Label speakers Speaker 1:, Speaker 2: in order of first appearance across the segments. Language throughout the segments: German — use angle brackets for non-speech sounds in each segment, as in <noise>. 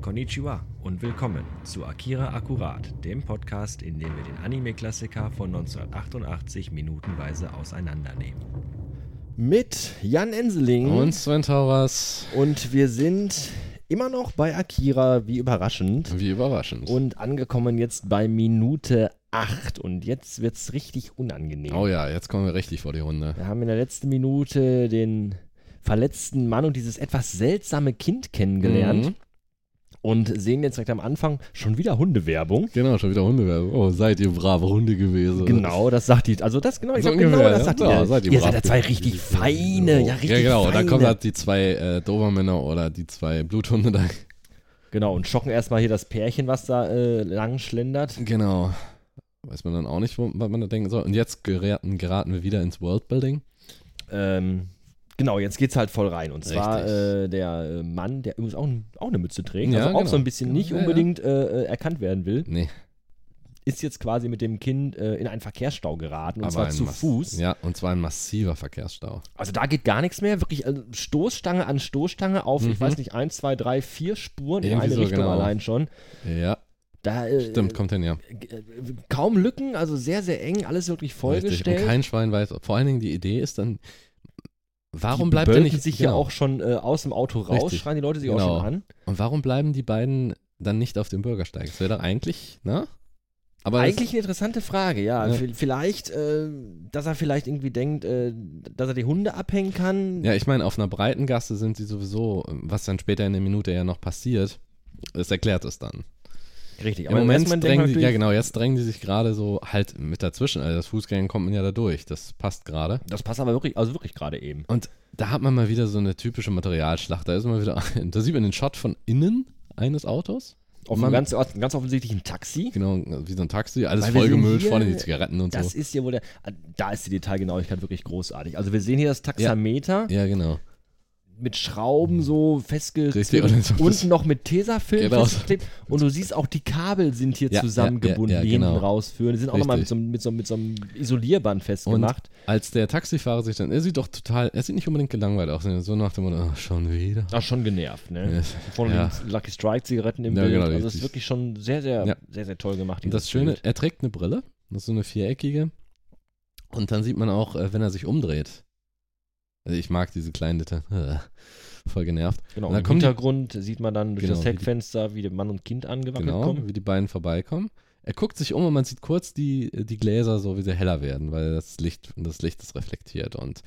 Speaker 1: Konnichiwa und willkommen zu Akira Akkurat, dem Podcast, in dem wir den Anime-Klassiker von 1988 minutenweise auseinandernehmen.
Speaker 2: Mit Jan Enseling
Speaker 3: Und Sven Tauras.
Speaker 2: und wir sind immer noch bei Akira, wie überraschend.
Speaker 3: Wie überraschend.
Speaker 2: Und angekommen jetzt bei Minute 8 und jetzt wird's richtig unangenehm.
Speaker 3: oh ja, jetzt kommen wir richtig vor die Runde.
Speaker 2: Wir haben in der letzten Minute den verletzten Mann und dieses etwas seltsame Kind kennengelernt
Speaker 3: Mhm.
Speaker 2: und sehen jetzt direkt am Anfang schon wieder Hundewerbung.
Speaker 3: Genau, schon wieder Hundewerbung. Oh, seid ihr brave Hunde gewesen.
Speaker 2: Genau, das sagt die. Also das genau, ich
Speaker 3: So
Speaker 2: sag genau,
Speaker 3: ungefähr,
Speaker 2: das
Speaker 3: ne?
Speaker 2: sagt
Speaker 3: Ja,
Speaker 2: die.
Speaker 3: seid ihr
Speaker 2: ihr seid
Speaker 3: brav
Speaker 2: ja zwei
Speaker 3: gewesen.
Speaker 2: richtig feine, ja richtig
Speaker 3: ja, genau.
Speaker 2: feine.
Speaker 3: Und dann kommen halt die zwei äh, Dobermänner oder die zwei Bluthunde da. <laughs>
Speaker 2: Genau, und schocken erstmal hier das Pärchen, was da äh, lang schlendert.
Speaker 3: Genau. Weiß man dann auch nicht, wo, was man da denken soll. Und jetzt geraten, geraten wir wieder ins Worldbuilding.
Speaker 2: Ähm, genau, jetzt geht's halt voll rein. Und zwar
Speaker 3: Richtig.
Speaker 2: äh, der äh, Mann, der übrigens auch, ein- auch eine Mütze trägt,
Speaker 3: Ja,
Speaker 2: also auch
Speaker 3: genau.
Speaker 2: so ein bisschen
Speaker 3: Genau,
Speaker 2: nicht
Speaker 3: ja, ja.
Speaker 2: unbedingt äh, äh, erkannt werden will,
Speaker 3: Nee,
Speaker 2: ist jetzt quasi mit dem Kind äh, in einen Verkehrsstau geraten. Und zwar
Speaker 3: ein
Speaker 2: zu
Speaker 3: Mass-
Speaker 2: Fuß.
Speaker 3: Ja, und zwar ein massiver Verkehrsstau.
Speaker 2: Also da geht gar nichts mehr. Wirklich also Stoßstange an Stoßstange auf, ich
Speaker 3: Mhm.
Speaker 2: weiß nicht, eins, zwei, drei, vier Spuren in
Speaker 3: Irgendwie
Speaker 2: eine
Speaker 3: so,
Speaker 2: Richtung
Speaker 3: genau.
Speaker 2: allein schon.
Speaker 3: Ja,
Speaker 2: Da, äh,
Speaker 3: stimmt, kommt hin, ja.
Speaker 2: äh, Kaum Lücken, also sehr, sehr eng, alles wirklich
Speaker 3: Richtig. Und
Speaker 2: vollgestellt.
Speaker 3: kein Schwein weiß. Vor allen Dingen die Idee ist dann, warum
Speaker 2: Die
Speaker 3: bleibt er
Speaker 2: bölken
Speaker 3: nicht
Speaker 2: sich ja
Speaker 3: genau.
Speaker 2: auch schon äh, aus dem Auto raus,
Speaker 3: Richtig.
Speaker 2: schreien die Leute sich
Speaker 3: Genau.
Speaker 2: auch schon an.
Speaker 3: Und warum bleiben die beiden dann nicht auf dem Bürgersteig? Das wäre doch eigentlich, ne? Aber das-
Speaker 2: Eigentlich eine interessante Frage, ja.
Speaker 3: Ja.
Speaker 2: V- Vielleicht, äh, dass er vielleicht irgendwie denkt, äh, dass er die Hunde abhängen kann.
Speaker 3: ja, ich meine, auf einer breiten Gasse sind sie sowieso, was dann später in der Minute ja noch passiert, das erklärt es dann.
Speaker 2: Richtig,
Speaker 3: Im Moment
Speaker 2: erstmal denkt
Speaker 3: drängen
Speaker 2: man halt
Speaker 3: sie, ja
Speaker 2: natürlich,
Speaker 3: genau, jetzt drängen sie sich gerade so halt mit dazwischen. Also das Fußgänger kommt man ja da durch, das passt gerade.
Speaker 2: Das passt aber wirklich, also wirklich gerade eben.
Speaker 3: Und da hat man mal wieder so eine typische Materialschlacht. Da ist man wieder, <laughs> da sieht man den Shot von innen eines Autos.
Speaker 2: Auf
Speaker 3: Man-
Speaker 2: einem ganz, ganz offensichtlichen Taxi.
Speaker 3: Genau, wie so ein Taxi, alles
Speaker 2: Weil wir sind
Speaker 3: vollgemüllt,
Speaker 2: hier-
Speaker 3: vorne die Zigaretten und
Speaker 2: Das
Speaker 3: so.
Speaker 2: ist hier wohl der, äh, da ist die Detailgenauigkeit wirklich großartig. Also wir sehen hier das Taxameter
Speaker 3: Ja, genau.
Speaker 2: mit Schrauben so
Speaker 3: Richtig, und dann so
Speaker 2: festgeklebt,
Speaker 3: ein
Speaker 2: unten
Speaker 3: bisschen-
Speaker 2: noch mit Tesafilm
Speaker 3: Genau.
Speaker 2: festgeklebt und du siehst auch, die Kabel sind hier
Speaker 3: Ja, ja,
Speaker 2: zusammengebunden,
Speaker 3: ja, ja,
Speaker 2: die hinten
Speaker 3: genau.
Speaker 2: rausführen. Die sind auch nochmal mit
Speaker 3: Richtig.
Speaker 2: so, einem- mit, so, einem- mit so einem Isolierband
Speaker 3: Und
Speaker 2: festgemacht.
Speaker 3: als der Taxifahrer sich dann, er sieht doch total, er sieht nicht unbedingt gelangweilt aus, sondern so nach dem Motto, ach, schon wieder.
Speaker 2: Ach, schon genervt, ne?
Speaker 3: Ja.
Speaker 2: Vorne
Speaker 3: Ja.
Speaker 2: links Lucky Strike Zigaretten im
Speaker 3: Ja,
Speaker 2: Bild.
Speaker 3: genau,
Speaker 2: also das ist
Speaker 3: richtig.
Speaker 2: wirklich schon sehr, sehr,
Speaker 3: Ja.
Speaker 2: sehr, sehr toll gemacht.
Speaker 3: Und
Speaker 2: dieses
Speaker 3: das Schöne,
Speaker 2: Bild.
Speaker 3: er trägt eine Brille, das ist so eine viereckige. Und dann sieht man auch, äh, wenn er sich umdreht. Also ich mag diese kleinen Details. <laughs> Voll genervt.
Speaker 2: Genau,
Speaker 3: Und
Speaker 2: und
Speaker 3: dann
Speaker 2: im
Speaker 3: kommen die-
Speaker 2: Hintergrund sieht man dann durch
Speaker 3: Genau,
Speaker 2: das
Speaker 3: wie die-
Speaker 2: Heckfenster, wie der Mann und Kind angewackelt
Speaker 3: Genau,
Speaker 2: kommen.
Speaker 3: wie die beiden vorbeikommen. Er guckt sich um und man sieht kurz die, die Gläser so, wie sie heller werden, weil das Licht, das Licht das reflektiert. Und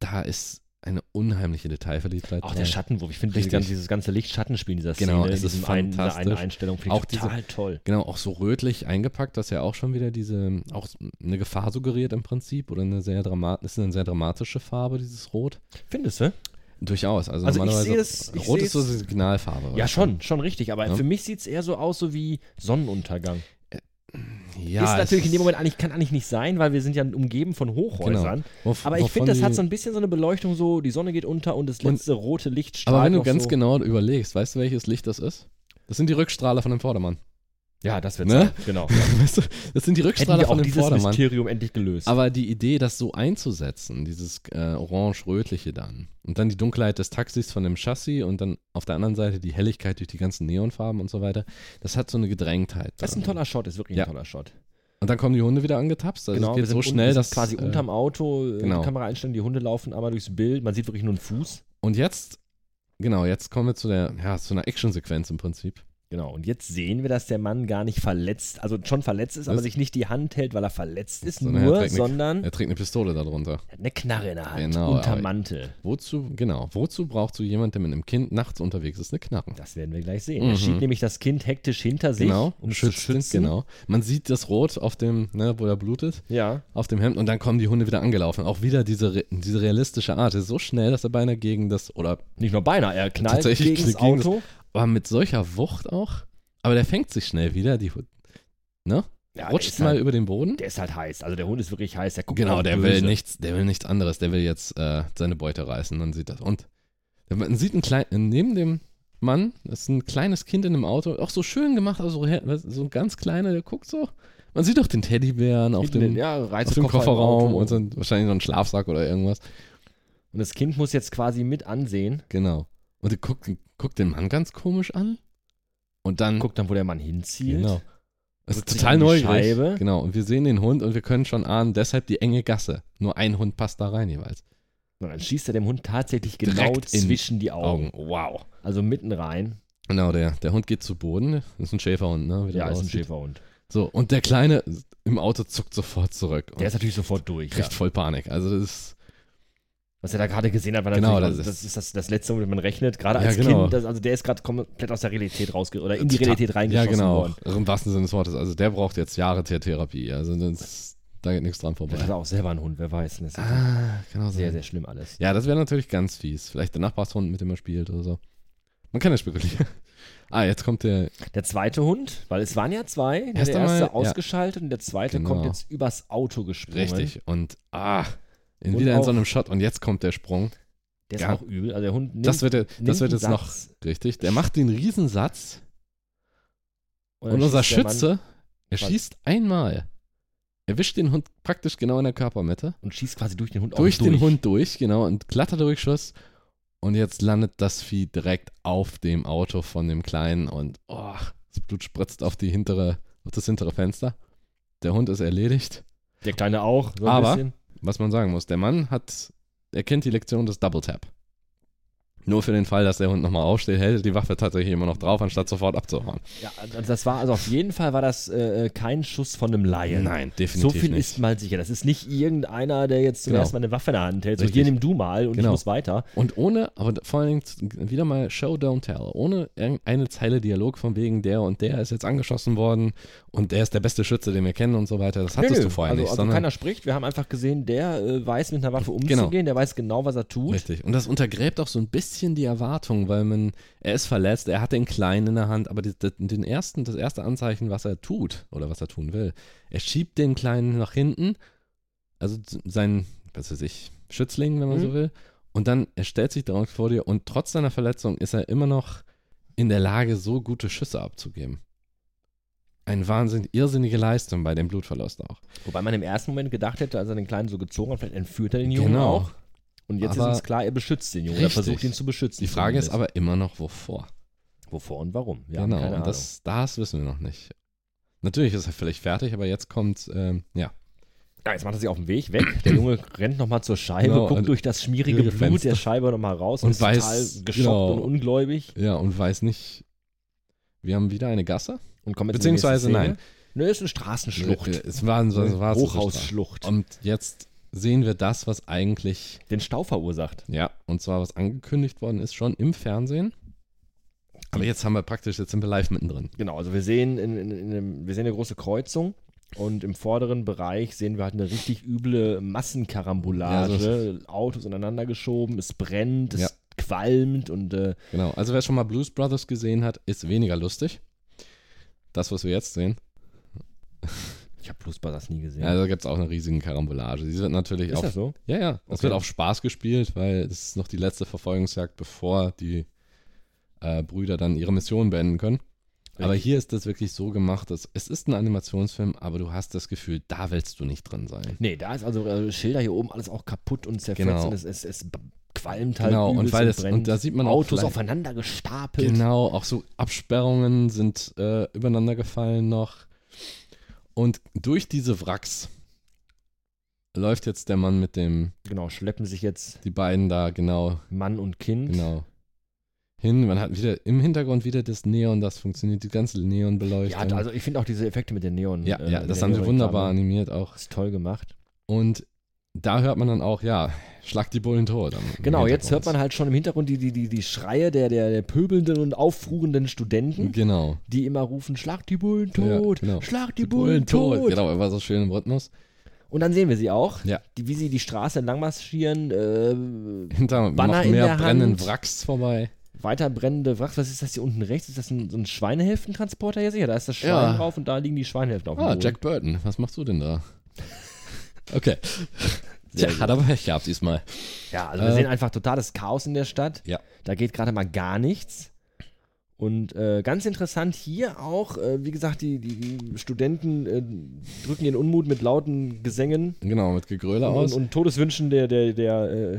Speaker 3: da ist eine unheimliche Detailverliebtheit.
Speaker 2: Auch
Speaker 3: drin.
Speaker 2: der Schattenwurf. Ich finde diese
Speaker 3: Richtig.
Speaker 2: ganze- dieses ganze Lichtschattenspiel in dieser Szene,
Speaker 3: Genau,
Speaker 2: in
Speaker 3: es ist
Speaker 2: diesem einen, dieser einen
Speaker 3: fantastisch.
Speaker 2: Einstellung, finde ich
Speaker 3: Auch diese-
Speaker 2: total toll.
Speaker 3: Genau, auch so rötlich eingepackt, dass ja auch schon wieder diese, auch eine Gefahr suggeriert im Prinzip oder eine sehr dramatische, ist eine sehr dramatische Farbe, dieses Rot.
Speaker 2: Findest du?
Speaker 3: Durchaus, also,
Speaker 2: Also ich
Speaker 3: normalerweise,
Speaker 2: sehe es- ich
Speaker 3: Rot
Speaker 2: sehe
Speaker 3: ist so
Speaker 2: es-
Speaker 3: die Signalfarbe.
Speaker 2: Ja, schon, schon richtig. Aber
Speaker 3: Ja.
Speaker 2: für mich sieht es eher so aus, so wie Sonnenuntergang.
Speaker 3: Ja,
Speaker 2: ist
Speaker 3: es
Speaker 2: natürlich in dem Moment eigentlich, kann eigentlich nicht sein, weil wir sind ja umgeben von Hochhäusern.
Speaker 3: Genau. Wof-
Speaker 2: Aber ich
Speaker 3: wovon
Speaker 2: finde, das hat
Speaker 3: die-
Speaker 2: so ein bisschen so eine Beleuchtung, so die Sonne geht unter und das
Speaker 3: Und-
Speaker 2: letzte rote Licht strahlt
Speaker 3: Aber wenn du
Speaker 2: noch
Speaker 3: ganz
Speaker 2: so.
Speaker 3: genau überlegst, weißt du, welches Licht das ist? Das sind die Rückstrahler von dem Vordermann.
Speaker 2: Ja, das wird's.
Speaker 3: Ne?
Speaker 2: sein.
Speaker 3: <laughs>
Speaker 2: Genau.
Speaker 3: Weißt du, das sind die
Speaker 2: Hätten
Speaker 3: Rückstrahler
Speaker 2: wir
Speaker 3: von
Speaker 2: auch
Speaker 3: dem
Speaker 2: dieses
Speaker 3: Vordermann.
Speaker 2: Mysterium endlich gelöst.
Speaker 3: Aber die Idee, das so einzusetzen, dieses äh, orange-rötliche dann. Und dann die Dunkelheit des Taxis von dem Chassis und dann auf der anderen Seite die Helligkeit durch die ganzen Neonfarben und so weiter. Das hat so eine Gedrängtheit.
Speaker 2: das ist ein
Speaker 3: drin.
Speaker 2: toller Shot, ist wirklich
Speaker 3: Ja.
Speaker 2: ein toller Shot.
Speaker 3: Und dann kommen die Hunde wieder angetapst. Also es
Speaker 2: Genau, wir
Speaker 3: geht
Speaker 2: sind
Speaker 3: so
Speaker 2: unten,
Speaker 3: schnell,
Speaker 2: wir sind
Speaker 3: dass. äh,
Speaker 2: quasi unterm Auto äh,
Speaker 3: genau.
Speaker 2: die Kamera einstellen, die Hunde laufen einmal durchs Bild, man sieht wirklich nur einen Fuß.
Speaker 3: und jetzt, genau, jetzt kommen wir zu der, ja, zu einer Action-Sequenz im Prinzip.
Speaker 2: Genau, und jetzt sehen wir, dass der Mann gar nicht verletzt, also schon verletzt ist, aber
Speaker 3: Das-
Speaker 2: sich nicht die Hand hält, weil er verletzt ist,
Speaker 3: Sondern er
Speaker 2: nur,
Speaker 3: trägt eine-
Speaker 2: sondern er
Speaker 3: Er trägt eine Pistole darunter.
Speaker 2: hat eine Knarre in der Hand,
Speaker 3: Genau,
Speaker 2: unter
Speaker 3: aber-
Speaker 2: Mantel.
Speaker 3: Wozu, genau, wozu brauchst du jemand, der mit einem Kind nachts unterwegs ist, eine Knarre?
Speaker 2: Das werden wir gleich sehen. Er
Speaker 3: Mhm.
Speaker 2: schiebt nämlich das Kind hektisch hinter sich,
Speaker 3: Genau,
Speaker 2: um es zu
Speaker 3: schützt ihn,
Speaker 2: schützen.
Speaker 3: Genau. Man sieht das Rot auf dem, ne, wo er blutet,
Speaker 2: Ja,
Speaker 3: auf dem Hemd und dann kommen die Hunde wieder angelaufen. Auch wieder diese, re- diese realistische Art. Es ist so schnell, dass er beinahe gegen das, oder
Speaker 2: nicht nur beinahe, er knallt
Speaker 3: Tatsächlich
Speaker 2: gegen das
Speaker 3: gegen das-
Speaker 2: Auto.
Speaker 3: aber mit solcher Wucht auch. Aber der fängt sich schnell wieder, die Hu-
Speaker 2: Ja,
Speaker 3: ne?
Speaker 2: der
Speaker 3: Rutscht
Speaker 2: ist
Speaker 3: mal
Speaker 2: halt-
Speaker 3: über den Boden.
Speaker 2: Der ist halt heiß, also der Hund ist wirklich heiß, der guckt
Speaker 3: genau,
Speaker 2: auch
Speaker 3: der
Speaker 2: böse.
Speaker 3: will nichts, der will nichts anderes. Der will jetzt äh, seine Beute reißen. Man sieht das. Und man sieht ein klein, neben dem Mann, das ist ein kleines Kind in einem Auto, auch so schön gemacht, also so her- so ein ganz kleiner, der guckt so. Man sieht auch den Teddybären auf
Speaker 2: Hinten
Speaker 3: dem,
Speaker 2: den- ja, reizt
Speaker 3: auf dem
Speaker 2: Koffer im
Speaker 3: Kofferraum
Speaker 2: Auto.
Speaker 3: und so ein, wahrscheinlich noch einen Schlafsack oder irgendwas.
Speaker 2: Und das Kind muss jetzt quasi mit ansehen.
Speaker 3: Genau. Und er guckt, guckt den Mann ganz komisch an. Und dann.
Speaker 2: Guckt dann, wo der Mann hinzielt.
Speaker 3: genau. Das ist
Speaker 2: drückt sich
Speaker 3: total
Speaker 2: an die
Speaker 3: neu.
Speaker 2: Scheibe.
Speaker 3: Genau. Und wir sehen den Hund und wir können schon ahnen, deshalb die enge Gasse. Nur ein Hund passt da rein jeweils.
Speaker 2: Und dann schießt er dem Hund tatsächlich genau
Speaker 3: Direkt in
Speaker 2: zwischen die Augen.
Speaker 3: Wow.
Speaker 2: Also mitten rein.
Speaker 3: Genau, der, der Hund geht zu Boden. Ist ein Schäferhund, ne? wie der
Speaker 2: Ja, ist ein
Speaker 3: aussieht.
Speaker 2: Schäferhund.
Speaker 3: So, und der Kleine im Auto zuckt sofort zurück. Und
Speaker 2: Der ist natürlich sofort durch. Ja.
Speaker 3: kriegt voll Panik. Also das ist.
Speaker 2: Was er da gerade gesehen hat, war
Speaker 3: Genau,
Speaker 2: natürlich,
Speaker 3: das
Speaker 2: das,
Speaker 3: ist-
Speaker 2: das ist das, das Letzte, womit man rechnet. Gerade
Speaker 3: Ja,
Speaker 2: als
Speaker 3: genau.
Speaker 2: Kind, das, also der ist gerade komplett aus der Realität rausge oder in die Realität
Speaker 3: Ja,
Speaker 2: reingeschossen
Speaker 3: genau.
Speaker 2: worden.
Speaker 3: Im wahrsten Sinne des Wortes. Also der braucht jetzt Jahre der Therapie. Also das, da geht nichts dran
Speaker 2: Vielleicht hat
Speaker 3: vorbei.
Speaker 2: er auch selber einen Hund, wer weiß. ne? Das ist
Speaker 3: Ah, genau
Speaker 2: sehr, sehr schlimm alles.
Speaker 3: Ja, das wäre natürlich ganz fies. Vielleicht der Nachbarshund, mit dem er spielt oder so. Man kann
Speaker 2: <laughs>
Speaker 3: ja spekulieren. Ah, jetzt kommt der.
Speaker 2: Der zweite Hund, weil es waren ja zwei, ne,
Speaker 3: Erst
Speaker 2: der erste
Speaker 3: einmal- ja.
Speaker 2: ausgeschaltet und der zweite
Speaker 3: Genau.
Speaker 2: kommt jetzt übers Auto gesprungen.
Speaker 3: Richtig. Und ah, in,
Speaker 2: Und
Speaker 3: wieder in
Speaker 2: auch-
Speaker 3: so einem Shot. Und jetzt kommt der Sprung.
Speaker 2: Der ist
Speaker 3: Ja.
Speaker 2: auch übel. Also der Hund nimmt,
Speaker 3: das wird, der, das
Speaker 2: nimmt
Speaker 3: wird
Speaker 2: einen
Speaker 3: jetzt noch
Speaker 2: Satz
Speaker 3: richtig. Der macht den Riesensatz.
Speaker 2: und, dann
Speaker 3: Und unser
Speaker 2: schießt der Mann
Speaker 3: Schütze, er
Speaker 2: Was?
Speaker 3: schießt einmal. Erwischt den Hund praktisch genau in der Körpermitte.
Speaker 2: und schießt quasi durch den Hund auch
Speaker 3: durch den
Speaker 2: durch.
Speaker 3: Hund durch, genau. Und glatter Durchschuss. Und jetzt landet das Vieh direkt auf dem Auto von dem Kleinen und oh, das Blut spritzt auf, die hintere, auf das hintere Fenster. Der Hund ist erledigt.
Speaker 2: Der Kleine auch. So ein
Speaker 3: Aber-
Speaker 2: bisschen.
Speaker 3: Was man sagen muss, der Mann hat, er kennt die Lektion des Double Tap. Nur für den Fall, dass der Hund nochmal aufsteht, hält er die Waffe tatsächlich immer noch drauf, anstatt sofort abzuhauen.
Speaker 2: Ja, also das war, also auf jeden Fall war das äh, äh, kein Schuss von einem Laien. So
Speaker 3: definitiv
Speaker 2: viel
Speaker 3: nicht.
Speaker 2: ist mal sicher. Das ist nicht irgendeiner, der jetzt zum
Speaker 3: Genau.
Speaker 2: ersten Mal eine Waffe in der Hand hält. So,
Speaker 3: Richtig.
Speaker 2: hier nimm du mal und ich
Speaker 3: Genau.
Speaker 2: muss weiter.
Speaker 3: Und ohne, aber d- vor allen Dingen z- wieder mal Show, don't tell. Ohne irgendeine Zeile Dialog von wegen der und der ist jetzt angeschossen worden und der ist der beste Schütze, den wir kennen und so weiter. Das hattest
Speaker 2: Nö, nö.
Speaker 3: du vorher
Speaker 2: also,
Speaker 3: nicht.
Speaker 2: Also
Speaker 3: sondern,
Speaker 2: keiner spricht. Wir haben einfach gesehen, der äh, weiß mit einer Waffe umzugehen.
Speaker 3: Genau.
Speaker 2: Der weiß genau, was er tut.
Speaker 3: richtig. Und das untergräbt auch so ein bisschen die Erwartung, weil man, er ist verletzt, er hat den Kleinen in der Hand, aber die, die, den ersten, das erste Anzeichen, was er tut oder was er tun will, er schiebt den Kleinen nach hinten, also z- seinen, was weiß ich, Schützling, wenn man
Speaker 2: Mhm.
Speaker 3: so will. Und dann, er stellt sich direkt vor dir und trotz seiner Verletzung ist er immer noch in der Lage, so gute Schüsse abzugeben. Eine wahnsinnig irrsinnige Leistung bei dem Blutverlust auch.
Speaker 2: Wobei man im ersten Moment gedacht hätte, als er den Kleinen so gezogen hat, vielleicht entführt er den Jungen
Speaker 3: Genau.
Speaker 2: auch. Und jetzt
Speaker 3: Aber-
Speaker 2: ist uns klar, er beschützt den Jungen. Er
Speaker 3: Richtig.
Speaker 2: versucht ihn zu beschützen.
Speaker 3: Die Frage ist
Speaker 2: zumindest.
Speaker 3: aber immer noch, wovor?
Speaker 2: wovor und warum? Wir haben
Speaker 3: genau,
Speaker 2: keine
Speaker 3: und
Speaker 2: Ahnung.
Speaker 3: das, das wissen wir noch nicht. Natürlich ist er vielleicht fertig, aber jetzt kommt, ähm, ja,
Speaker 2: Ja, jetzt macht er sich auf den Weg weg.
Speaker 3: <clears throat>
Speaker 2: Der Junge rennt nochmal zur Scheibe,
Speaker 3: Genau, und-
Speaker 2: guckt durch das schmierige
Speaker 3: Schmierige
Speaker 2: Blut
Speaker 3: Fenster.
Speaker 2: der Scheibe nochmal raus und,
Speaker 3: Und
Speaker 2: ist
Speaker 3: weiß,
Speaker 2: total geschockt
Speaker 3: genau.
Speaker 2: und ungläubig.
Speaker 3: ja, und weiß nicht, wir haben wieder eine Gasse?
Speaker 2: Und kommt jetzt
Speaker 3: Beziehungsweise
Speaker 2: in die nächste
Speaker 3: nein.
Speaker 2: Szene. Nö, ist eine Straßenschlucht.
Speaker 3: Äh, Es war, es war, es war
Speaker 2: Hochhausschlucht.
Speaker 3: Und jetzt sehen wir das, was eigentlich,
Speaker 2: Den Stau verursacht.
Speaker 3: ja, und zwar was angekündigt worden ist, schon im Fernsehen. Aber jetzt haben wir praktisch, jetzt sind wir live mittendrin.
Speaker 2: Genau, also wir sehen, in, in, in einem, wir sehen eine große Kreuzung und im vorderen Bereich sehen wir halt eine richtig üble Massenkarambolage.
Speaker 3: Ja, so
Speaker 2: Autos ineinander geschoben, es brennt, es
Speaker 3: Ja.
Speaker 2: qualmt und äh,
Speaker 3: Genau, also wer schon mal Blues Brothers gesehen hat, ist weniger lustig. Das, was wir jetzt sehen.
Speaker 2: ich habe bloß das nie gesehen.
Speaker 3: Ja, da gibt es auch eine riesige Karambolage. Die wird natürlich
Speaker 2: ist
Speaker 3: auf
Speaker 2: das so?
Speaker 3: Ja, ja. Das
Speaker 2: Okay.
Speaker 3: wird auf Spaß gespielt, weil es ist noch die letzte Verfolgungsjagd, bevor die äh, Brüder dann ihre Mission beenden können. Aber hier ist das wirklich so gemacht, dass es ist ein Animationsfilm, aber du hast das Gefühl, da willst du nicht drin sein.
Speaker 2: Nee, da ist also äh, Schilder hier oben alles auch kaputt und zerfetzt
Speaker 3: Genau.
Speaker 2: und es, es, es b- qualmt halt.
Speaker 3: Genau, und
Speaker 2: übelst
Speaker 3: weil es-
Speaker 2: brennt.
Speaker 3: und da sieht man auch
Speaker 2: Autos
Speaker 3: vielleicht-
Speaker 2: aufeinander gestapelt.
Speaker 3: Genau, auch so Absperrungen sind äh, übereinander gefallen noch. Und durch diese Wracks läuft jetzt der Mann mit dem,
Speaker 2: Genau, schleppen sich jetzt
Speaker 3: die beiden da genau
Speaker 2: Mann und Kind.
Speaker 3: Genau. Hin, man hat wieder im Hintergrund wieder das Neon, das funktioniert, die ganze
Speaker 2: Ja,
Speaker 3: Neonbeleuchtung.
Speaker 2: also ich finde auch diese Effekte mit den Neon.
Speaker 3: ja,
Speaker 2: äh,
Speaker 3: ja,
Speaker 2: mit
Speaker 3: das
Speaker 2: der
Speaker 3: haben sie
Speaker 2: Neonreklame.
Speaker 3: wunderbar animiert auch.
Speaker 2: Ist toll gemacht.
Speaker 3: Und da hört man dann auch, ja, schlag die Bullen tot. am- im
Speaker 2: Genau, jetzt hört
Speaker 3: Hintergrund.
Speaker 2: man halt schon im Hintergrund die, die, die, die Schreie der, der, der pöbelnden und auffruhrenden Studenten,
Speaker 3: Genau.
Speaker 2: die immer rufen, schlag die Bullen
Speaker 3: Ja,
Speaker 2: tot,
Speaker 3: genau.
Speaker 2: schlag die, Bullen, tot.
Speaker 3: Genau, er war so schön im Rhythmus.
Speaker 2: Und dann sehen wir sie auch,
Speaker 3: Ja.
Speaker 2: die, wie sie die Straße entlang marschieren, äh,
Speaker 3: Hinter
Speaker 2: Banner
Speaker 3: noch
Speaker 2: in
Speaker 3: mehr
Speaker 2: der
Speaker 3: brennenden
Speaker 2: Hand.
Speaker 3: Wracks vorbei.
Speaker 2: weiter brennende Wracks. Was ist das hier unten rechts? Ist das ein, so ein Schweinehälftentransporter hier sicher? Da ist das Schwein
Speaker 3: Ja.
Speaker 2: drauf und da liegen die Schweinehälften auf dem
Speaker 3: Ah,
Speaker 2: Boden.
Speaker 3: Jack Burton, was machst du
Speaker 2: <laughs>
Speaker 3: denn da? Okay.
Speaker 2: Sehr
Speaker 3: Tja,
Speaker 2: gut.
Speaker 3: hat aber Pech gehabt diesmal.
Speaker 2: Ja, also wir
Speaker 3: Äh,
Speaker 2: sehen einfach totales Chaos in der Stadt.
Speaker 3: Ja.
Speaker 2: Da geht gerade mal gar nichts. Und äh, ganz interessant hier auch, äh, wie gesagt, die, die Studenten äh, drücken ihren Unmut mit lauten Gesängen
Speaker 3: Genau, mit Gegröle
Speaker 2: und,
Speaker 3: aus.
Speaker 2: und Todeswünschen der, der, der äh,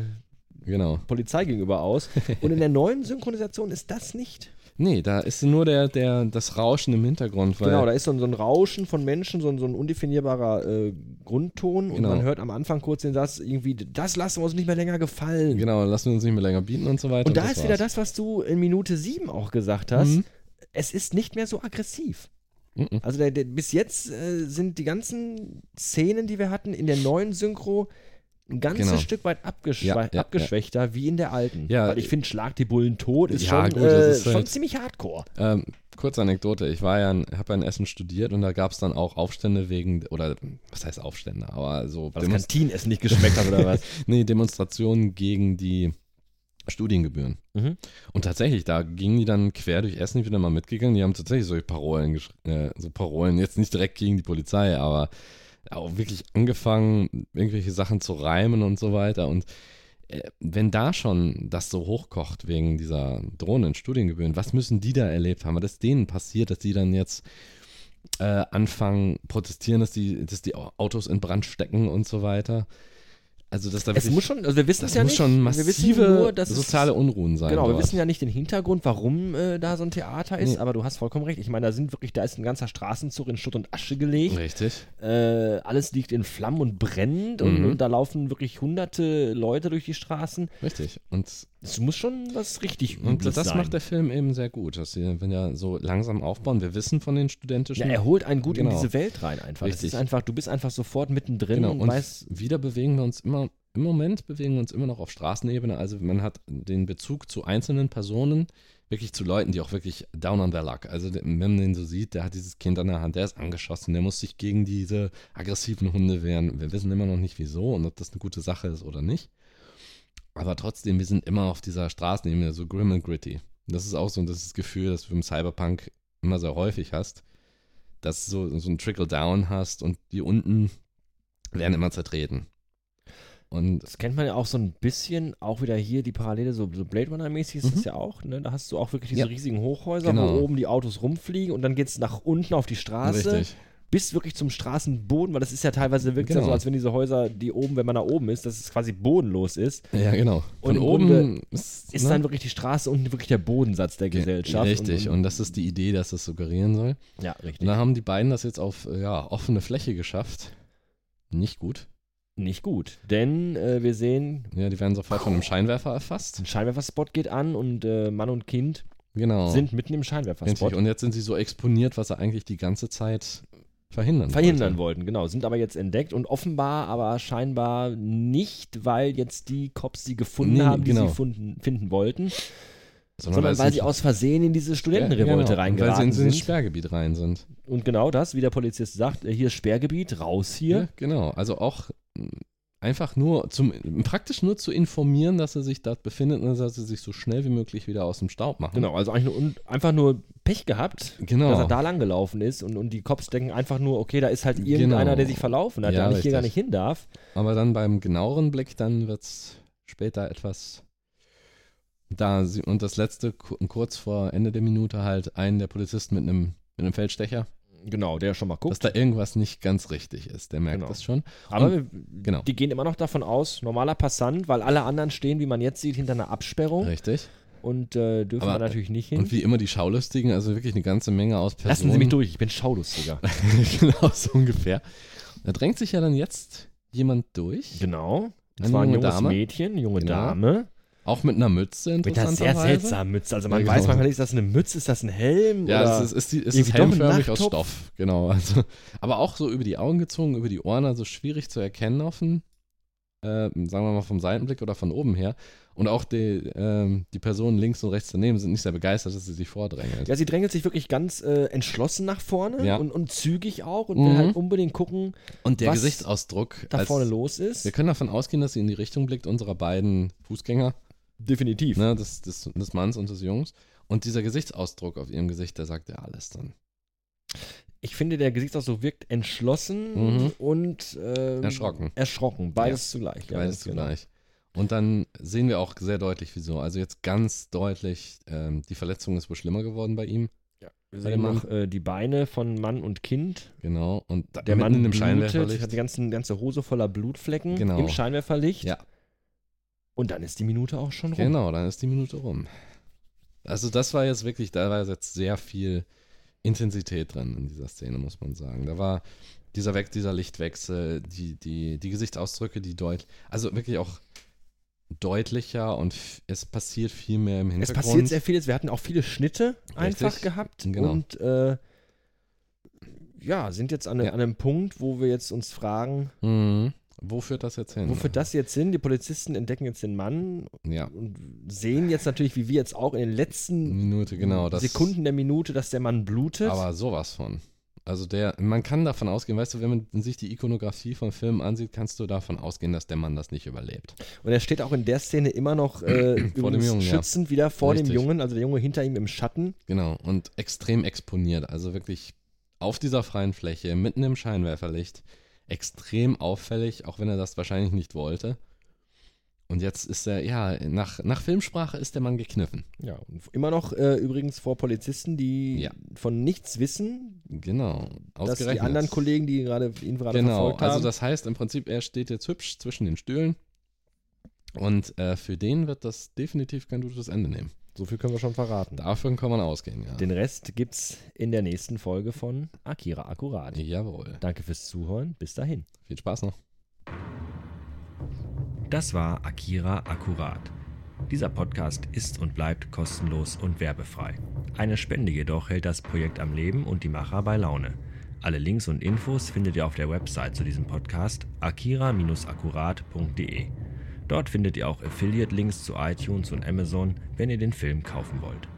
Speaker 3: genau. <laughs>
Speaker 2: Polizei gegenüber aus. Und in der neuen Synchronisation ist das nicht.
Speaker 3: Nee, da ist nur der, der, das Rauschen im Hintergrund, weil
Speaker 2: Genau, da ist so ein, so ein Rauschen von Menschen, so ein, so ein undefinierbarer äh, Grundton und
Speaker 3: Genau.
Speaker 2: man hört am Anfang kurz den Satz irgendwie, das lassen wir uns nicht mehr länger gefallen.
Speaker 3: Genau, lassen wir uns nicht mehr länger bieten und so weiter.
Speaker 2: Und da
Speaker 3: das
Speaker 2: ist wieder
Speaker 3: war's.
Speaker 2: das, was du in Minute 7 auch gesagt hast.
Speaker 3: Mhm.
Speaker 2: Es ist nicht mehr so aggressiv.
Speaker 3: Mhm.
Speaker 2: Also der, der, bis jetzt äh, sind die ganzen Szenen, die wir hatten, in der neuen Synchro ein ganzes
Speaker 3: Genau.
Speaker 2: Stück weit abgeschwe
Speaker 3: Ja, ja,
Speaker 2: abgeschwächter wie in der alten.
Speaker 3: Ja,
Speaker 2: Weil ich finde, Schlag die Bullen tot ist,
Speaker 3: Ja,
Speaker 2: schon,
Speaker 3: gut,
Speaker 2: äh,
Speaker 3: das ist
Speaker 2: schon
Speaker 3: halt-
Speaker 2: ziemlich hardcore.
Speaker 3: Ähm, kurze Anekdote. Ich war ja, habe ja in Essen studiert und da gab es dann auch Aufstände wegen, oder was heißt Aufstände, aber so
Speaker 2: Weil das
Speaker 3: Demonst-
Speaker 2: Kantinenessen Also nicht geschmeckt hat oder
Speaker 3: <laughs>
Speaker 2: was.
Speaker 3: nee, Demonstrationen gegen die Studiengebühren.
Speaker 2: Mhm.
Speaker 3: Und tatsächlich, da gingen die dann quer durch Essen, ich bin da mal mitgegangen, die haben tatsächlich solche Parolen, gesch- äh, so Parolen, jetzt nicht direkt gegen die Polizei, aber auch wirklich angefangen, irgendwelche Sachen zu reimen und so weiter. Und äh, wenn da schon das so hochkocht wegen dieser drohenden Studiengebühren, was müssen die da erlebt haben? Was ist denen passiert, dass die dann jetzt äh, anfangen, protestieren, dass die, dass die Autos in Brand stecken und so weiter? Also, dass da
Speaker 2: Es
Speaker 3: wirklich-
Speaker 2: muss schon, also wir wissen
Speaker 3: das
Speaker 2: es ja
Speaker 3: muss
Speaker 2: nicht.
Speaker 3: schon
Speaker 2: wir wissen
Speaker 3: massive
Speaker 2: nur, dass es-
Speaker 3: soziale Unruhen sein.
Speaker 2: Genau, wir
Speaker 3: dort.
Speaker 2: wissen ja nicht den Hintergrund, warum äh, da so ein Theater ist,
Speaker 3: Nee.
Speaker 2: aber du hast vollkommen recht. Ich meine, da sind wirklich, da ist ein ganzer Straßenzug in Schutt und Asche gelegt.
Speaker 3: Richtig.
Speaker 2: Äh, alles liegt in Flammen und brennt und,
Speaker 3: Mhm.
Speaker 2: und da laufen wirklich hunderte Leute durch die Straßen.
Speaker 3: Richtig. Und,
Speaker 2: Es muss schon was richtig
Speaker 3: und
Speaker 2: Übles
Speaker 3: das
Speaker 2: sein.
Speaker 3: macht der Film eben sehr gut, dass sie wenn ja so langsam aufbauen. Wir wissen von den studentischen.
Speaker 2: ja, er holt einen gut in
Speaker 3: Genau.
Speaker 2: diese Welt rein einfach. Das
Speaker 3: Richtig.
Speaker 2: ist einfach, du bist einfach sofort mittendrin
Speaker 3: genau.
Speaker 2: und,
Speaker 3: Und
Speaker 2: weißt,
Speaker 3: wieder bewegen wir uns immer. Im Moment bewegen wir uns immer noch auf Straßenebene. Also man hat den Bezug zu einzelnen Personen, wirklich zu Leuten, die auch wirklich down on their luck. Also de- wenn man den so sieht, der hat dieses Kind an der Hand, der ist angeschossen, der muss sich gegen diese aggressiven Hunde wehren. Wir wissen immer noch nicht wieso und ob das eine gute Sache ist oder nicht. Aber trotzdem, wir sind immer auf dieser Straßenebene, so grim and gritty. Das ist auch so das, ist das Gefühl, das du im Cyberpunk immer sehr häufig hast, dass du so, so ein Trickle-Down hast und die unten werden immer zertreten. Und
Speaker 2: das kennt man ja auch so ein bisschen, auch wieder hier die Parallele, so, so Blade Runner-mäßig ist
Speaker 3: Mhm.
Speaker 2: das ja auch, ne? Da hast du auch wirklich diese
Speaker 3: Ja.
Speaker 2: riesigen Hochhäuser,
Speaker 3: Genau.
Speaker 2: wo oben die Autos rumfliegen und dann geht es nach unten auf die Straße.
Speaker 3: richtig.
Speaker 2: bis wirklich zum Straßenboden, weil das ist ja teilweise wirklich
Speaker 3: Genau.
Speaker 2: so, als wenn diese Häuser, die oben, wenn man da oben ist, dass es quasi bodenlos ist,
Speaker 3: Ja, genau.
Speaker 2: Und
Speaker 3: Von
Speaker 2: im
Speaker 3: oben ist,
Speaker 2: ist
Speaker 3: ne?
Speaker 2: dann wirklich die Straße unten wirklich der Bodensatz der Gesellschaft.
Speaker 3: Richtig, und, das ist die Idee, dass das suggerieren soll.
Speaker 2: ja,
Speaker 3: Und
Speaker 2: richtig.
Speaker 3: da haben die beiden das jetzt auf äh, ja, offene Fläche geschafft. Nicht gut.
Speaker 2: Nicht gut, denn äh, wir sehen,
Speaker 3: Ja, die werden sofort von einem Scheinwerfer erfasst.
Speaker 2: ein Scheinwerferspot geht an und äh, Mann und Kind
Speaker 3: Genau.
Speaker 2: sind mitten im
Speaker 3: Richtig.
Speaker 2: Scheinwerferspot.
Speaker 3: Und jetzt sind sie so exponiert, was sie eigentlich die ganze Zeit verhindern
Speaker 2: Verhindern
Speaker 3: wollte.
Speaker 2: wollten, genau, sind aber jetzt entdeckt und offenbar aber scheinbar nicht, weil jetzt die Cops sie gefunden
Speaker 3: Nee,
Speaker 2: haben, die
Speaker 3: genau.
Speaker 2: sie funden, finden wollten,
Speaker 3: Sondern,
Speaker 2: sondern weil
Speaker 3: es
Speaker 2: sie
Speaker 3: nicht-
Speaker 2: aus Versehen in diese
Speaker 3: Ja,
Speaker 2: Studentenrevolte
Speaker 3: genau. Weil sie
Speaker 2: reingeraten
Speaker 3: ins
Speaker 2: sind.
Speaker 3: ins Sperrgebiet rein sind.
Speaker 2: Und genau das, wie der Polizist sagt, äh, hier ist Sperrgebiet, raus hier.
Speaker 3: Ja, genau. Also auch mh, einfach nur, zum, praktisch nur zu informieren, dass er sich dort befindet und dass er sich so schnell wie möglich wieder aus dem Staub machen.
Speaker 2: Genau, also eigentlich nur, un- einfach nur Pech gehabt,
Speaker 3: Genau.
Speaker 2: dass er da lang gelaufen ist und, und die Cops denken einfach nur, okay, da ist halt irgendeiner,
Speaker 3: Genau.
Speaker 2: der sich verlaufen hat,
Speaker 3: Ja,
Speaker 2: der eigentlich hier gar nicht
Speaker 3: richtig.
Speaker 2: hin darf.
Speaker 3: Aber dann beim genaueren Blick, dann wird es später etwas. Da sie, und das letzte, ku- kurz vor Ende der Minute, halt einen der Polizisten mit einem, mit einem Feldstecher,
Speaker 2: Genau, der schon mal
Speaker 3: dass
Speaker 2: guckt.
Speaker 3: da irgendwas nicht ganz richtig ist. Der merkt
Speaker 2: Genau.
Speaker 3: das schon.
Speaker 2: Aber
Speaker 3: und-
Speaker 2: wir-
Speaker 3: Genau.
Speaker 2: die gehen immer noch davon aus, normaler Passant, weil alle anderen stehen, wie man jetzt sieht, hinter einer Absperrung
Speaker 3: Richtig.
Speaker 2: und äh, dürfen
Speaker 3: Aber-
Speaker 2: da natürlich nicht hin.
Speaker 3: Und wie immer die Schaulustigen, also wirklich eine ganze Menge aus Personen.
Speaker 2: Lassen Sie mich durch, ich bin
Speaker 3: <laughs>
Speaker 2: Schaulustiger.
Speaker 3: genau, so ungefähr. Da drängt sich ja dann jetzt jemand durch.
Speaker 2: genau. Das
Speaker 3: Eine
Speaker 2: war ein
Speaker 3: junge
Speaker 2: junges
Speaker 3: Dame.
Speaker 2: Mädchen, junge
Speaker 3: Genau.
Speaker 2: Dame.
Speaker 3: Auch mit einer Mütze,
Speaker 2: Mit einer sehr
Speaker 3: interessanterweise.
Speaker 2: seltsamen Mütze. Also man
Speaker 3: Ja,
Speaker 2: weiß
Speaker 3: genau.
Speaker 2: manchmal nicht, ist das eine Mütze, ist das ein Helm?
Speaker 3: Ja,
Speaker 2: oder?
Speaker 3: es ist, ist, die, es
Speaker 2: irgendwie
Speaker 3: ist
Speaker 2: doch ein
Speaker 3: helmförmig aus
Speaker 2: Nachttopf.
Speaker 3: Stoff, genau. Also, aber auch so über die Augen gezogen, über die Ohren, also schwierig zu erkennen auf den, äh, sagen wir mal vom Seitenblick oder von oben her. Und auch die, ähm, die Personen links und rechts daneben sind nicht sehr begeistert, dass sie sich vordrängelt.
Speaker 2: Ja, sie drängelt sich wirklich ganz äh, entschlossen nach vorne
Speaker 3: Ja.
Speaker 2: und, und zügig auch und
Speaker 3: Mhm.
Speaker 2: will halt unbedingt gucken,
Speaker 3: und der
Speaker 2: was
Speaker 3: Gesichtsausdruck,
Speaker 2: da
Speaker 3: als-
Speaker 2: vorne los ist.
Speaker 3: wir können davon ausgehen, dass sie in die Richtung blickt unserer beiden Fußgänger,
Speaker 2: Definitiv.
Speaker 3: ne, des, des, des Manns und des Jungs. Und dieser Gesichtsausdruck auf ihrem Gesicht, der sagt ja alles dann.
Speaker 2: Ich finde, der Gesichtsausdruck wirkt entschlossen
Speaker 3: Mhm.
Speaker 2: und ähm,
Speaker 3: Erschrocken.
Speaker 2: Erschrocken. Beides zugleich. ja,
Speaker 3: Beides
Speaker 2: ganz genau.
Speaker 3: zugleich. Und dann sehen wir auch sehr deutlich, wieso. Also jetzt ganz deutlich, ähm, die Verletzung ist wohl schlimmer geworden bei ihm.
Speaker 2: Wir
Speaker 3: Bei
Speaker 2: sehen
Speaker 3: dem
Speaker 2: noch äh, die Beine von Mann und Kind.
Speaker 3: Genau. Und da,
Speaker 2: Der
Speaker 3: mitten
Speaker 2: Mann
Speaker 3: in dem
Speaker 2: blutet, hat die
Speaker 3: Scheinwerferlicht.
Speaker 2: ganzen, ganze Hose voller Blutflecken
Speaker 3: Genau.
Speaker 2: im Scheinwerferlicht.
Speaker 3: Ja.
Speaker 2: Und dann ist die Minute auch schon rum.
Speaker 3: Genau, dann ist die Minute rum. Also das war jetzt wirklich, da war jetzt sehr viel Intensität drin in dieser Szene, muss man sagen. Da war dieser, Wech- dieser Lichtwechsel, die, die, die Gesichtsausdrücke, die deutlich, also wirklich auch deutlicher und f- es passiert viel mehr im
Speaker 2: Es
Speaker 3: Hintergrund.
Speaker 2: passiert sehr vieles. Wir hatten auch viele Schnitte einfach
Speaker 3: Richtig,
Speaker 2: gehabt
Speaker 3: genau.
Speaker 2: und äh, ja, sind jetzt an, einem-
Speaker 3: Ja.
Speaker 2: an einem Punkt, wo wir jetzt uns fragen,
Speaker 3: Mhm. Wo führt das jetzt hin?
Speaker 2: wo führt das jetzt hin? Die Polizisten entdecken jetzt den Mann
Speaker 3: Ja,
Speaker 2: und sehen jetzt natürlich, wie wir jetzt auch in den letzten
Speaker 3: Minute, genau. Das,
Speaker 2: Sekunden der Minute, dass der Mann blutet.
Speaker 3: Aber sowas von. Also der, man kann davon ausgehen, weißt du, wenn man sich die Ikonografie von Filmen ansieht, kannst du davon ausgehen, dass der Mann das nicht überlebt.
Speaker 2: und er steht auch in der Szene immer noch äh,
Speaker 3: <clears throat> Vor dem
Speaker 2: übrigens
Speaker 3: Jungen, ja.
Speaker 2: schützend wieder vor dem
Speaker 3: Richtig.
Speaker 2: Jungen, also der Junge hinter ihm im Schatten.
Speaker 3: Genau. Und extrem exponiert. Also wirklich auf dieser freien Fläche, mitten im Scheinwerferlicht. Extrem auffällig, auch wenn er das wahrscheinlich nicht wollte. Und jetzt ist er, ja, nach, nach Filmsprache ist der Mann gekniffen.
Speaker 2: Ja, und immer noch äh, übrigens vor Polizisten, die
Speaker 3: Ja.
Speaker 2: von nichts wissen,
Speaker 3: Genau.
Speaker 2: dass die
Speaker 3: Ausgerechnet.
Speaker 2: anderen Kollegen, die ihn gerade, ihn gerade
Speaker 3: Genau,
Speaker 2: verfolgt haben.
Speaker 3: also das heißt im Prinzip, er steht jetzt hübsch zwischen den Stühlen. Und äh, für den wird das definitiv kein gutes Ende nehmen.
Speaker 2: so viel können wir schon verraten.
Speaker 3: Davon kann man ausgehen, ja.
Speaker 2: Den Rest gibt's in der nächsten Folge von Akira Akkurat.
Speaker 3: Jawohl.
Speaker 2: Danke fürs Zuhören. Bis dahin.
Speaker 3: Viel Spaß noch.
Speaker 1: Das war Akira Akkurat. Dieser Podcast ist und bleibt kostenlos und werbefrei. Eine Spende jedoch hält das Projekt am Leben und die Macher bei Laune. Alle Links und Infos findet ihr auf der Website zu diesem Podcast akira-akkurat.de. Dort findet ihr auch Affiliate-Links zu iTunes und Amazon, wenn ihr den Film kaufen wollt.